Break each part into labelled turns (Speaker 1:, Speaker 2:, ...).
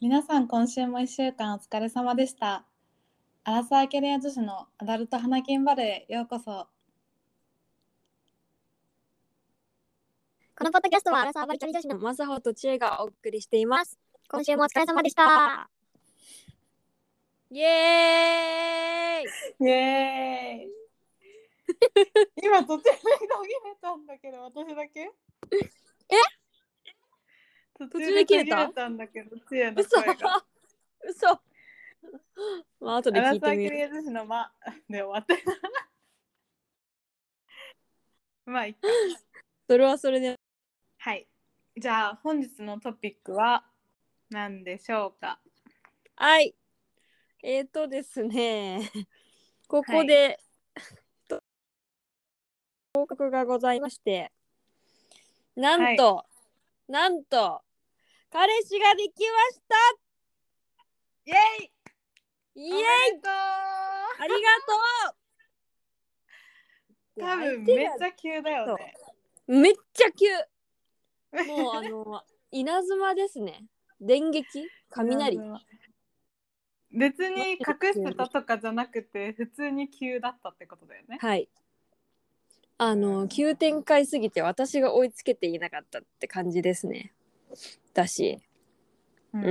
Speaker 1: 皆さん今週も1週間お疲れ様でしたアラサーキャリア女子のアダルト花金バレーへようこそ
Speaker 2: このポッドキャストはアラサーバリキャリ女子の
Speaker 3: マサホとチエがお送りしています。
Speaker 2: 今週もお疲れ様でした。
Speaker 3: イエーイ。
Speaker 1: イエーイ 今途中で途切れたんだけど私だけえ途
Speaker 3: 中で切れた
Speaker 1: 途中でんだけどつやの
Speaker 3: 嘘。
Speaker 1: 声が
Speaker 3: 嘘。まあ後
Speaker 1: ア
Speaker 3: で
Speaker 1: ラ
Speaker 3: 聞
Speaker 1: サ
Speaker 3: いて
Speaker 1: ーキ
Speaker 3: み
Speaker 1: ャ
Speaker 3: る。
Speaker 1: リア女子のまで終わってたまあいっか
Speaker 3: それはそれで。
Speaker 1: はいじゃあ本日のトピックは何でしょうか
Speaker 3: はい。えっ、ー、とですね。ここで、と報告がございまして、なんと、なんと彼氏ができまし
Speaker 1: イ
Speaker 3: た。
Speaker 1: エイ
Speaker 3: イエ
Speaker 1: お
Speaker 3: ーイ。
Speaker 1: めでと
Speaker 3: ありがとう。
Speaker 1: う多分
Speaker 3: 相
Speaker 1: め
Speaker 3: 手
Speaker 1: っ
Speaker 3: が
Speaker 1: ちゃ急だよね。
Speaker 3: めっちゃ急もうあの稲妻ですね電撃雷
Speaker 1: 別に隠してたとかじゃなくて普通に急だったってことだよね。
Speaker 3: はいあの急展開すぎて私が追いつけていなかったって感じですねだし
Speaker 1: うん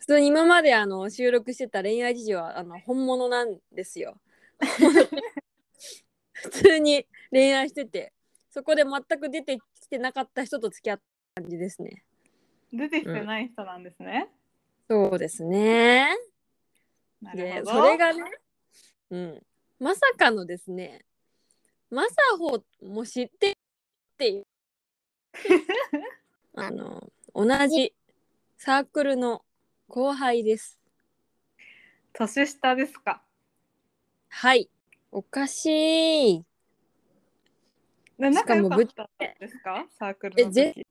Speaker 3: 普通に今まであの収録してた恋愛事情はあの本物なんですよ 普通に恋愛しててそこで全く出てきてなかった人と付き合った感じですね
Speaker 1: 出てきてない人なんですね。
Speaker 3: そうですね
Speaker 1: な
Speaker 3: で
Speaker 1: るほど。
Speaker 3: それがね、うん、まさかのですねマサホも知ってっ ていうあの同じサークルの後輩です
Speaker 1: 年下ですか。
Speaker 3: はいおかしい
Speaker 1: で
Speaker 3: し
Speaker 1: 仲
Speaker 3: か
Speaker 1: 良
Speaker 3: も
Speaker 1: か
Speaker 3: ぶ
Speaker 1: っ
Speaker 3: った
Speaker 1: ですかサークル
Speaker 3: え
Speaker 1: の
Speaker 3: ぜ
Speaker 1: 時。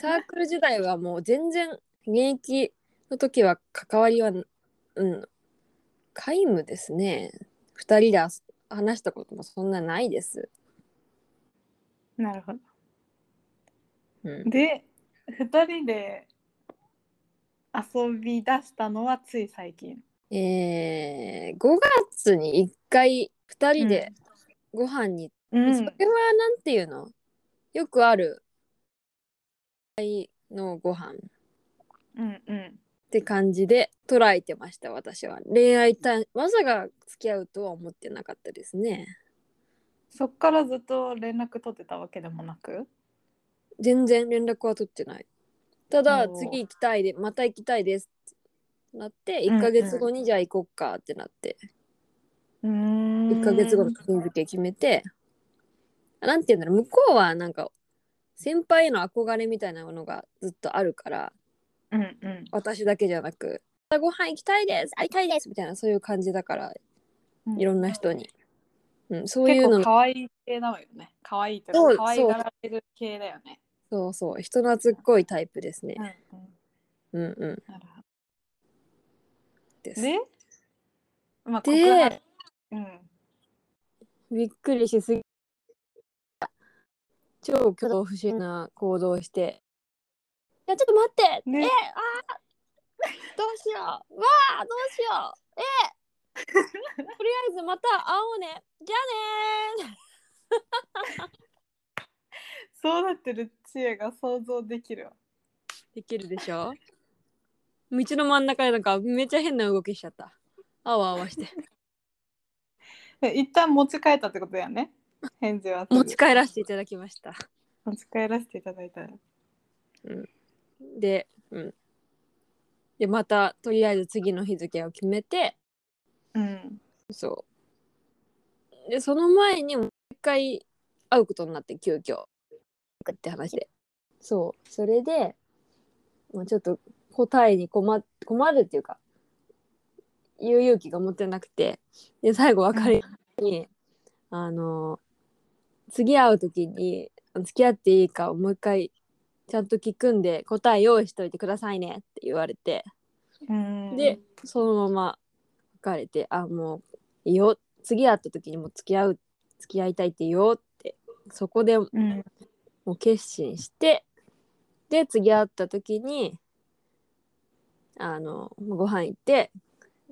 Speaker 3: サークル時代はもう全然現役の時は関わりはうん皆無ですね2人で遊話したこともそんなないです、
Speaker 1: なるほど。
Speaker 3: うん、
Speaker 1: で二人で遊び出したのはつい最近。
Speaker 3: えー、5月に1回2人でご飯に、
Speaker 1: うん。
Speaker 3: それはなんていうのよくあるのご飯っ
Speaker 1: うんうん。
Speaker 3: て感じで捉えてました私は恋愛たまさか付き合うとは思ってなかったですね
Speaker 1: そっからずっと連絡取ってたわけでもなく。
Speaker 3: 全然連絡は取ってないただ
Speaker 1: おー
Speaker 3: 次行きたいでまた行きたいですってなって
Speaker 1: うんうん
Speaker 3: 1ヶ月後にじゃあ行こっかってなって
Speaker 1: うーん
Speaker 3: 1ヶ月後の勤務日決めて、なんて言うんだろう向こうはなんか先輩への憧れみたいなものがずっとあるから
Speaker 1: うんうん。
Speaker 3: 私だけじゃなく「またご飯行きたいです会いたいです」みたいなそういう感じだからいろんな人に、うん、そういうの
Speaker 1: 結構可愛い系だわよね。可愛いと
Speaker 3: そう
Speaker 1: か可愛がられる系だよね。
Speaker 3: そうそう人懐っこいタイプですね
Speaker 1: う、んうん
Speaker 3: うんう
Speaker 1: なるほ
Speaker 3: んで
Speaker 1: ど
Speaker 3: す
Speaker 1: で、まあ、
Speaker 3: で
Speaker 1: 告白うん、
Speaker 3: びっくりしすぎた超挙動不審な行動をして「いやちょっと待って
Speaker 1: ね
Speaker 3: えあーどうしようわあどうしようえとりあえずまた会おうねじゃあね
Speaker 1: そうなってる知恵が想像できるわ。
Speaker 3: ーできるでしょ道の真ん中でなんかめっちゃ変な動きしちゃったあわあわして
Speaker 1: で一旦持ち帰ったってことだよね。返事はすぐ
Speaker 3: 持ち帰らせていただきました
Speaker 1: 持ち帰らせていただいたら。
Speaker 3: でうんでまたとりあえず次の日付を決めて
Speaker 1: うん。
Speaker 3: そう。で、その前にもう一回会うことになって、急遽。って話で。そう。それで、もうちょっと答えに困困るっていうか、言う勇気が持てなくて、で、最後別れに、あの、次会う時に、付き合っていいかをもう一回、ちゃんと聞くんで、答え用意しといてくださいねって言われて、
Speaker 1: うん。
Speaker 3: で、そのまま別れてあもういいよ次会った時にも付き合う付き合いたいって言おうってそこでも
Speaker 1: うん。
Speaker 3: う決心してで次会った時にあのご飯行って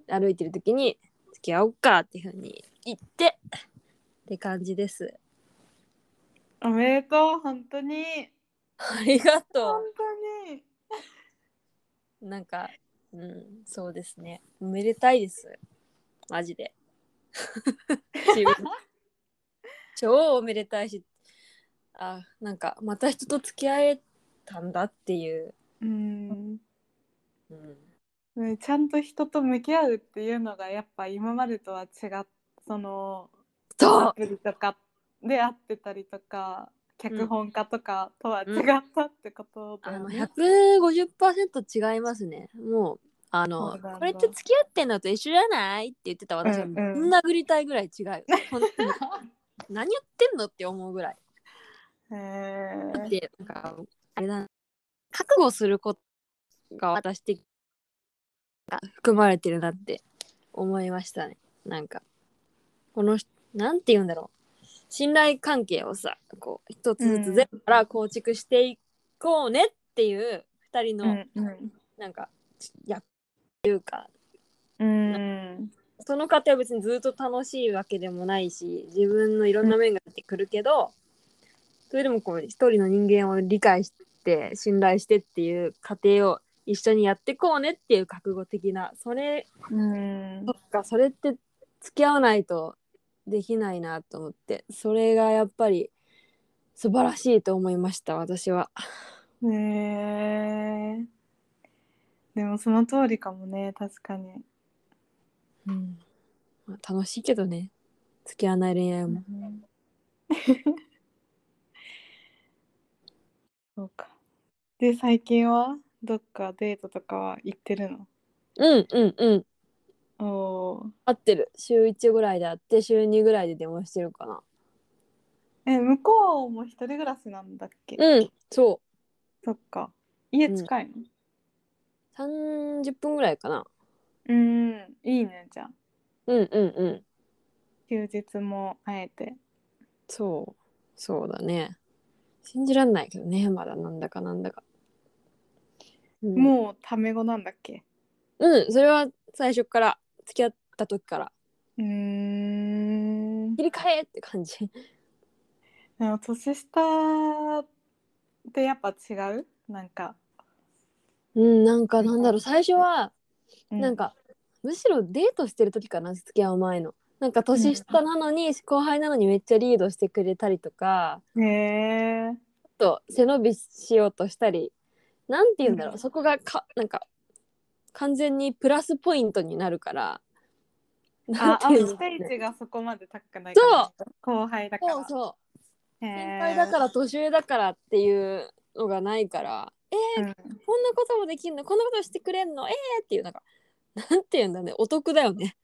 Speaker 3: 歩いてる時に付き合おうかっていうふうに言ってって感じです
Speaker 1: おめでとう本当に
Speaker 3: ありが
Speaker 1: 本
Speaker 3: と
Speaker 1: 当に
Speaker 3: うなんかうんそうですねおめでたいですマジ で自分超おめでたいしあなんかまた人と付き合えたんだっていう、
Speaker 1: うん
Speaker 3: うん、
Speaker 1: ね、ちゃんと人と向き合うっていうのがやっぱ今までとは違っその
Speaker 3: そ
Speaker 1: ア
Speaker 3: う
Speaker 1: プリとかで会ってたりとか脚本家とかとは違ったってことだ
Speaker 3: あ
Speaker 1: よ
Speaker 3: の
Speaker 1: ね。
Speaker 3: 150%違いますね。もうあ
Speaker 1: そ
Speaker 3: の
Speaker 1: うなんだ
Speaker 3: これって付き合ってんのと一緒じゃないって言ってた私は
Speaker 1: うん
Speaker 3: も
Speaker 1: うん
Speaker 3: う殴りたいぐらい違う。本当に何言ってんのって思うぐらい。
Speaker 1: へ
Speaker 3: だっ
Speaker 1: え
Speaker 3: てなんかあれだな覚悟することが私的が含まれてるなって思いましたね。なんかこの人なんて言うんだろう信頼関係をさこう一つずつ全部から構築していこうねっていう二人の、
Speaker 1: うんうん
Speaker 3: なんかやっていうか
Speaker 1: うん
Speaker 3: その過程は別にずっと楽しいわけでもないし自分のいろんな面が出てくるけど、それでもこう一人の人間を理解して信頼してっていう過程を一緒にやってこうねっていう覚悟的なそれ
Speaker 1: うん
Speaker 3: そっかそれって付き合わないとできないなと思ってそれがやっぱり素晴らしいと思いました私は。
Speaker 1: ねえでもその通りかもね確かに。
Speaker 3: うんまあ、楽しいけどね付き合わない恋愛も。
Speaker 1: そうか。で最近はどっかデートとかは行ってるの
Speaker 3: うんうんうん
Speaker 1: おお
Speaker 3: 合ってる週1ぐらいで会って週2ぐらいで電話してるかな
Speaker 1: ー。え向こうも一人暮らしなんだっけ、
Speaker 3: うんそ
Speaker 1: そっか。家近いの
Speaker 3: う30分ぐらいかな
Speaker 1: うん、いいねじゃあ。
Speaker 3: うんうんうん
Speaker 1: 休日も会えて。
Speaker 3: そうそうだね信じらんないけどねまだなんだかなんだか、うん
Speaker 1: もうタメ語なんだっけ
Speaker 3: うんそれは最初から付き合った時から
Speaker 1: うーん。
Speaker 3: 切り替えって感じ
Speaker 1: でも年下ってやっぱ違うなんか。
Speaker 3: うんなんかなんだろう最初は
Speaker 1: う
Speaker 3: なん、か、むしろデートしてる時かな付き合う前のなんか年下なのに、後輩なのにめっちゃリードしてくれたりとか
Speaker 1: へえ。
Speaker 3: ちょっと背伸びしようとしたりなんて言うんだろう、
Speaker 1: うん
Speaker 3: そこがかなんか完全にプラスポイントになるからな
Speaker 1: あ
Speaker 3: ん、
Speaker 1: あ
Speaker 3: てい う
Speaker 1: 期
Speaker 3: んだろうね
Speaker 1: 待値がそこまで高くないから後輩だから。
Speaker 3: そうそう
Speaker 1: へー
Speaker 3: 先輩だから年上だからっていうのがないから
Speaker 1: うん
Speaker 3: こんなこともできんのこんなことしてくれんのええー、っていうなんかなんて言うんだろうねお得だ よね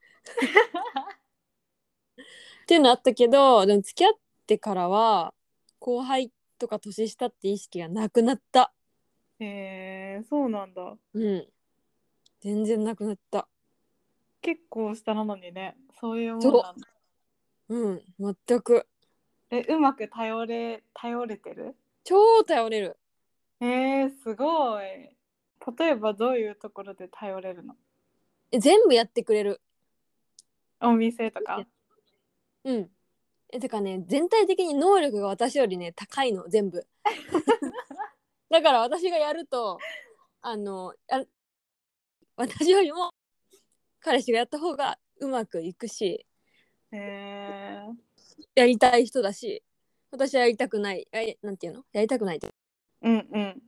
Speaker 3: っていうのあったけどでも付き合ってからは後輩とか年下って意識がなくなった
Speaker 1: へえそうなんだ。
Speaker 3: うん全然なくなった
Speaker 1: 結構下なのにね、そういうもんなんだ。
Speaker 3: うん全く
Speaker 1: え、うまく頼れ、頼れてる
Speaker 3: 超頼れる
Speaker 1: えー、すごい。例えばどういうところで頼れるの
Speaker 3: え全部やってくれる
Speaker 1: お店とか。
Speaker 3: うんえてかね全体的に能力が私よりね高いの全 部だから私がやるとあのあ私よりも彼氏がやった方がうまくいくし
Speaker 1: えー、
Speaker 3: やりたい人だし私はやりたくないやりなんていうのやりたくないって
Speaker 1: うんうん。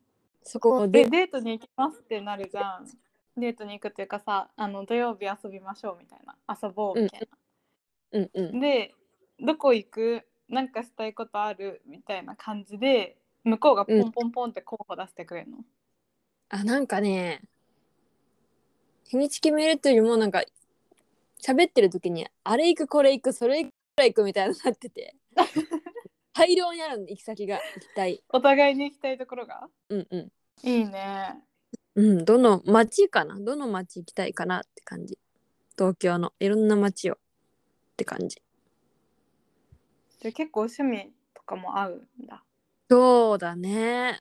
Speaker 3: そこを
Speaker 1: で、
Speaker 3: で
Speaker 1: デートに行きますってなるじゃん。デートに行くっていうかさ、あの土曜日遊びましょうみたいな。遊ぼうみたいな。
Speaker 3: うんうん
Speaker 1: でどこ行くなんかしたいことあるみたいな感じで向こうがポンポンポンって候補出してくれるの、
Speaker 3: あなんかね日にち決めるというよりもなんか喋ってる時にあれ行くこれ行くそれ行くこれ行くみたいになっ てて大量にあるの行き先が行きたい
Speaker 1: お互いに行きたいところが
Speaker 3: うんうん
Speaker 1: いいね
Speaker 3: うんどの町かなどの町行きたいかなって感じ東京のいろんな町をって感じ
Speaker 1: じゃあ結構趣味とかも合うんだ
Speaker 3: そうだね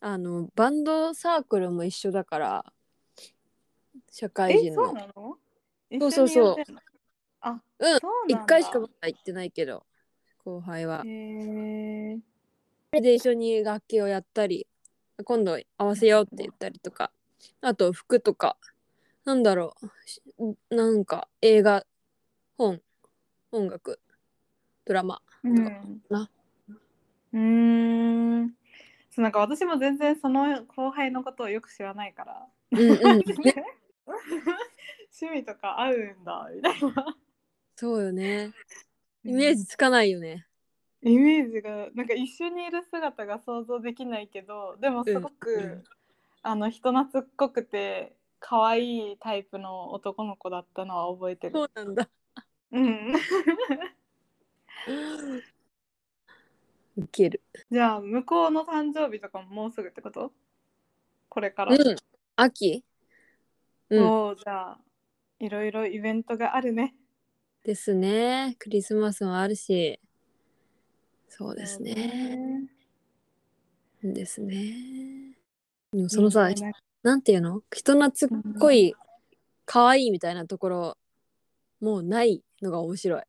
Speaker 3: あのバンドサークルも一緒だから社会
Speaker 1: え
Speaker 3: 人
Speaker 1: そう
Speaker 3: の
Speaker 1: なの
Speaker 3: そうそうそう
Speaker 1: 一緒にやってんのあ
Speaker 3: うん
Speaker 1: そうなんだ
Speaker 3: 一回しかまだ行ってないけど後輩は
Speaker 1: へえ
Speaker 3: で一緒に楽器をやったり今度合わせようって言ったりとかあと服とかなんだろうしなんか映画本音楽ドラマ
Speaker 1: うん
Speaker 3: な
Speaker 1: うーんそうなんか私も全然その後輩のことをよく知らないから
Speaker 3: うんうん ね
Speaker 1: 趣味とか合うんだみたいな
Speaker 3: そうよねイメージつかないよね
Speaker 1: イメージがなんか一緒にいる姿が想像できないけどでもすごく、
Speaker 3: うんうん
Speaker 1: あの人懐っこくて可愛いタイプの男の子だったのは覚えて
Speaker 3: そ
Speaker 1: る。
Speaker 3: うなんだ
Speaker 1: うん、
Speaker 3: ウケる
Speaker 1: じゃあ向こうの誕生日とかももうすぐってことこれから。
Speaker 3: うん秋うん
Speaker 1: おーじゃあいろいろイベントがあるね。
Speaker 3: ですねクリスマスもあるしそうですねですねでもそのさ
Speaker 1: いいね
Speaker 3: なんていうの人懐っこい可愛いみたいなところもうないのが面白い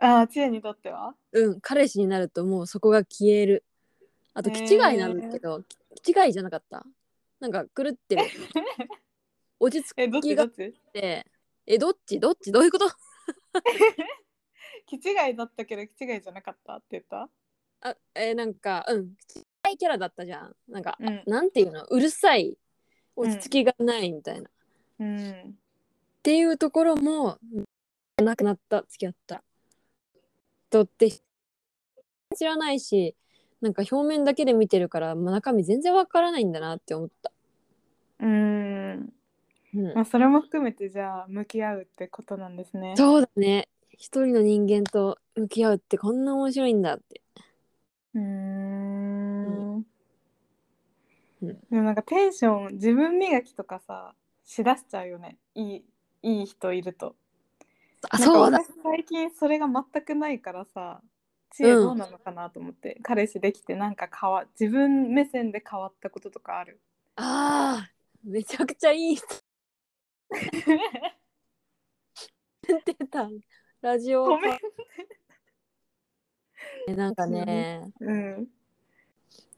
Speaker 1: ああ知恵にとっては
Speaker 3: うん彼氏になるともうそこが消えるあと
Speaker 1: へ
Speaker 3: 気
Speaker 1: ー
Speaker 3: 違いなんですけど、気違いじゃなかったなんか狂 ってる落ち着
Speaker 1: えどっち
Speaker 3: 気
Speaker 1: どっ
Speaker 3: が
Speaker 1: ち
Speaker 3: いてえどっちどっちどういうこと
Speaker 1: 気違いだったけど気違いじゃなかったって言った
Speaker 3: あえなんかうん気違いキャラだったじゃんなんか、
Speaker 1: うん
Speaker 3: なんていうのうるさい落ち着きがないみたいな、っ
Speaker 1: うん
Speaker 3: ていうところもなくなった付き合ったとって知らないしなんか表面だけで見てるから、まあ、中身全然わからないんだなって思った、
Speaker 1: うん
Speaker 3: うん
Speaker 1: まあ、それも含めてじゃあ向き合うってことなんですね。
Speaker 3: そうだね一人の人間と向き合うってこんな面白いんだって
Speaker 1: うーん。
Speaker 3: うん
Speaker 1: でもなんかテンション自分磨きとかさしだしちゃうよねいいいい人いると。
Speaker 3: あそう
Speaker 1: な
Speaker 3: だ
Speaker 1: んか私最近それが全くないからさ知恵
Speaker 3: うん
Speaker 1: どうなのかなと思って、彼氏できてなんか変わ自分目線で変わったこととかあ る
Speaker 3: あーめちゃくちゃいい人出たラジオ
Speaker 1: ごめん。
Speaker 3: なんかね
Speaker 1: うん、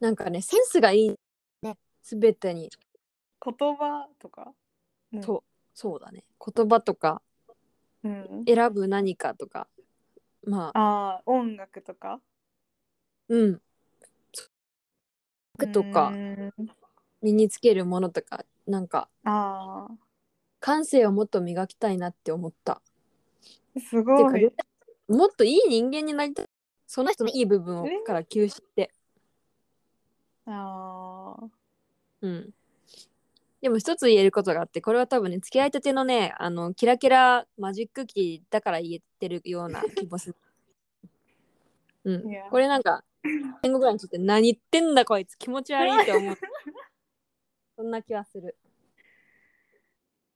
Speaker 3: なんかねセンスがいいね全てに
Speaker 1: 言葉とか、うん、
Speaker 3: そうそうだね言葉とか
Speaker 1: う、ん、
Speaker 3: 選ぶ何かとかまあ
Speaker 1: ああ音楽とか
Speaker 3: うん服と
Speaker 1: う
Speaker 3: か
Speaker 1: ん
Speaker 3: 身につけるものとかなんか
Speaker 1: ああ
Speaker 3: 感性をもっと磨きたいなって思った
Speaker 1: す
Speaker 3: て
Speaker 1: ご
Speaker 3: か
Speaker 1: い。
Speaker 3: もっといい人間になりたいその人のいい部分を
Speaker 1: え
Speaker 3: から吸収して
Speaker 1: ああ。
Speaker 3: うんでも一つ言えることがあってこれは多分ね付き合いたてのねあのキラキラマジックキーだから言えてるよう な気もするうん
Speaker 1: いや
Speaker 3: これなんか天国らいについて何言ってんだこいつ気持ち悪いと 思うそんな気はする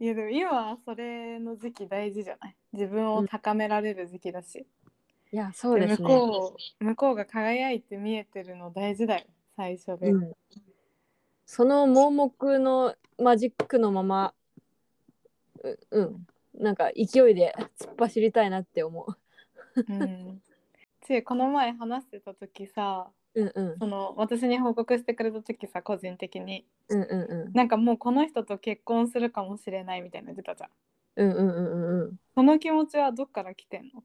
Speaker 1: いやでも今はそれの時期大事じゃない自分を高められる時期だし、
Speaker 3: いやそう
Speaker 1: で
Speaker 3: で
Speaker 1: 向
Speaker 3: すね
Speaker 1: こう向こうが輝いて見えてるの大事だよ最初で、
Speaker 3: うん、その盲目のマジックのままううんなんか勢いで突っ走りたいなって思う
Speaker 1: うんついこの前話してた時さ
Speaker 3: うんうん
Speaker 1: その私に報告してくれた時さ個人的に
Speaker 3: うんうん
Speaker 1: なんかもうこの人と結婚するかもしれないみたいなの出たじゃん
Speaker 3: うんうんうんうんうん
Speaker 1: その気持ちはどっから来てんの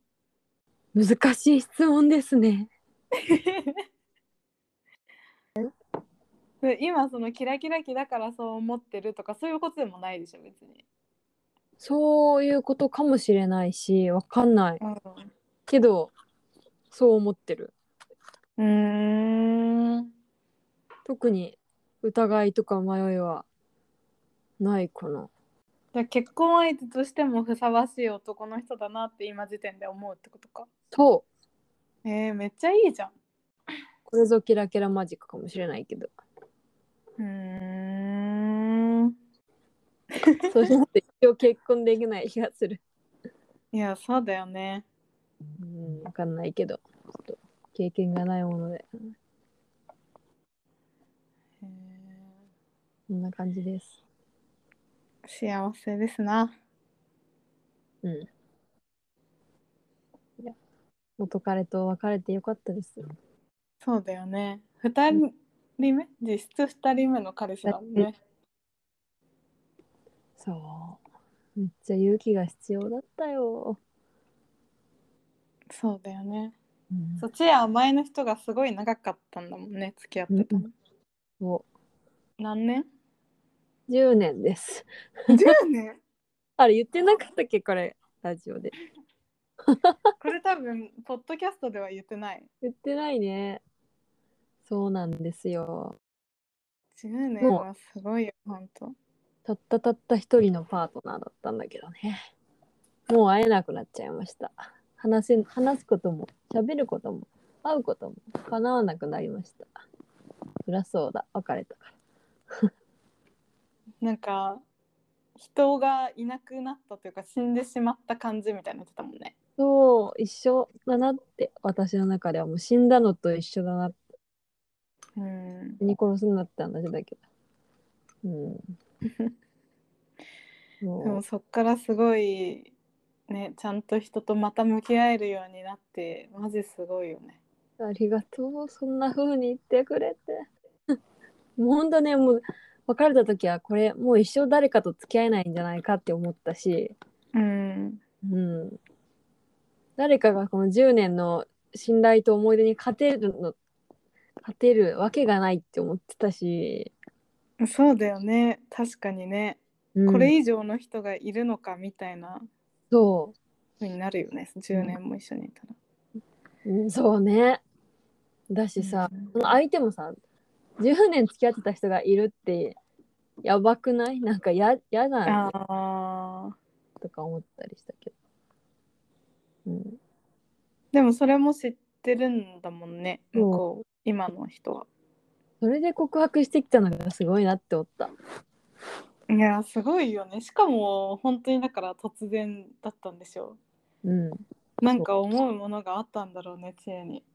Speaker 3: 難しい質問ですね
Speaker 1: で 今そのキラキラ期だからそう思ってるとかそういうことでもないでしょ別に、
Speaker 3: そういうことかもしれないしわかんない
Speaker 1: うん、
Speaker 3: けどそう思ってる
Speaker 1: うーん。
Speaker 3: 特に疑いとか迷いはないかな
Speaker 1: じゃあ結婚相手としてもふさわしい男の人だなって今時点で思うってことか。
Speaker 3: と
Speaker 1: えー、めっちゃいいじゃん。
Speaker 3: これぞキラキラマジックかもしれないけど
Speaker 1: うーん。
Speaker 3: そうしないと一生結婚できない気がする。
Speaker 1: いや、そうだよね。
Speaker 3: うん、わかんないけど、ちょっと経験がないもので、
Speaker 1: えー
Speaker 3: こんな感じです。
Speaker 1: 幸せですな。
Speaker 3: うん。いや元彼と別れてよかったですよ。
Speaker 1: そうだよね。二人目実質二人目の彼氏だもんね。
Speaker 3: そう。めっちゃ勇気が必要だったよ。
Speaker 1: そうだよね。
Speaker 3: うん
Speaker 1: そっちや前の人がすごい長かったんだもんね、付き合ってたの。
Speaker 3: そ
Speaker 1: 何年
Speaker 3: う。10年です。
Speaker 1: ?10 年
Speaker 3: あれ言ってなかったっけこれ、ラジオで。
Speaker 1: これ多分、ポッドキャストでは言ってない。
Speaker 3: 言ってないね。そうなんですよ。
Speaker 1: 10年はすごいよ、ほんと。
Speaker 3: たったたった一人のパートナーだったんだけどね。もう会えなくなっちゃいました。話せ話すことも、喋ることも、会うことも、叶わなくなりました。そりゃそうだ、別れたから。
Speaker 1: なんか、人がいなくなったというか、死んでしまった感じみたいになってたもんね。
Speaker 3: そう、一緒だなって、私の中ではもう死んだのと一緒だなって、
Speaker 1: うん。
Speaker 3: に殺すんだって話だけど。うん。
Speaker 1: で
Speaker 3: そ
Speaker 1: もそっからすごい、ね、ちゃんと人とまた向き合えるようになって、マジすごいよね。
Speaker 3: うありがとう、そんな風に言ってくれて。 もうほんとね、もう別れた時はこれ、もう一生誰かと付き合えないんじゃないかって思ったし、
Speaker 1: うん。
Speaker 3: うん。誰かがこの10年の信頼と思い出に勝てるの、勝てるわけがないって思ってたし、
Speaker 1: そうだよね。確かにね。
Speaker 3: うん
Speaker 1: これ以上の人がいるのかみたいな
Speaker 3: そう。
Speaker 1: 風になるよね10年も一緒にいたら。
Speaker 3: うんそうね。だしさ、その相手もさ、10年付き合ってた人がいるって、やばくないなんかややだな
Speaker 1: ああー
Speaker 3: とか思ったりしたけど。うん、
Speaker 1: でもそれも知ってるんだもんね向こう今の人は。
Speaker 3: それで告白してきたのがすごいなって思った。
Speaker 1: いやすごいよねしかも本当にだから突然だったんでしょ
Speaker 3: うん。
Speaker 1: うなんか思うものがあったんだろうね知恵に。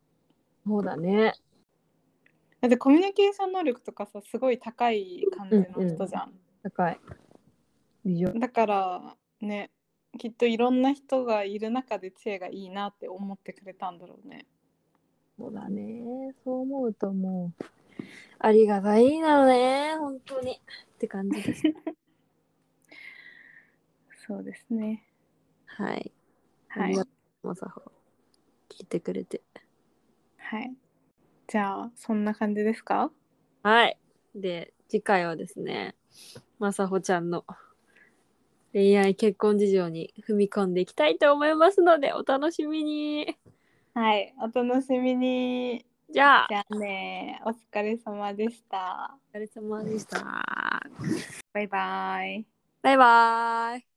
Speaker 3: そうだね。
Speaker 1: だってコミュニケーション能力とかさすごい高い感じの人じゃん。
Speaker 3: 高い。美女。
Speaker 1: だからねきっといろんな人がいる中で知恵がいいなって思ってくれたんだろうね。
Speaker 3: そうだね。そう思うともう、ありがたいなのね。本当に。って感じです。
Speaker 1: そうですね。
Speaker 3: はい。
Speaker 1: は
Speaker 3: あ
Speaker 1: い
Speaker 3: りが。とう、まさほ。聞いてくれて。
Speaker 1: はい。じゃあそんな感じですか？
Speaker 3: はい。で、次回はですね、まさほちゃんの恋愛結婚事情に踏み込んでいきたいと思いますので、お楽しみに。
Speaker 1: はい。お楽しみに。
Speaker 3: じゃあ
Speaker 1: じ、ゃあね、お疲れ様でした。
Speaker 3: お疲れ様でした。
Speaker 1: バイバイ。
Speaker 3: バイバーイ。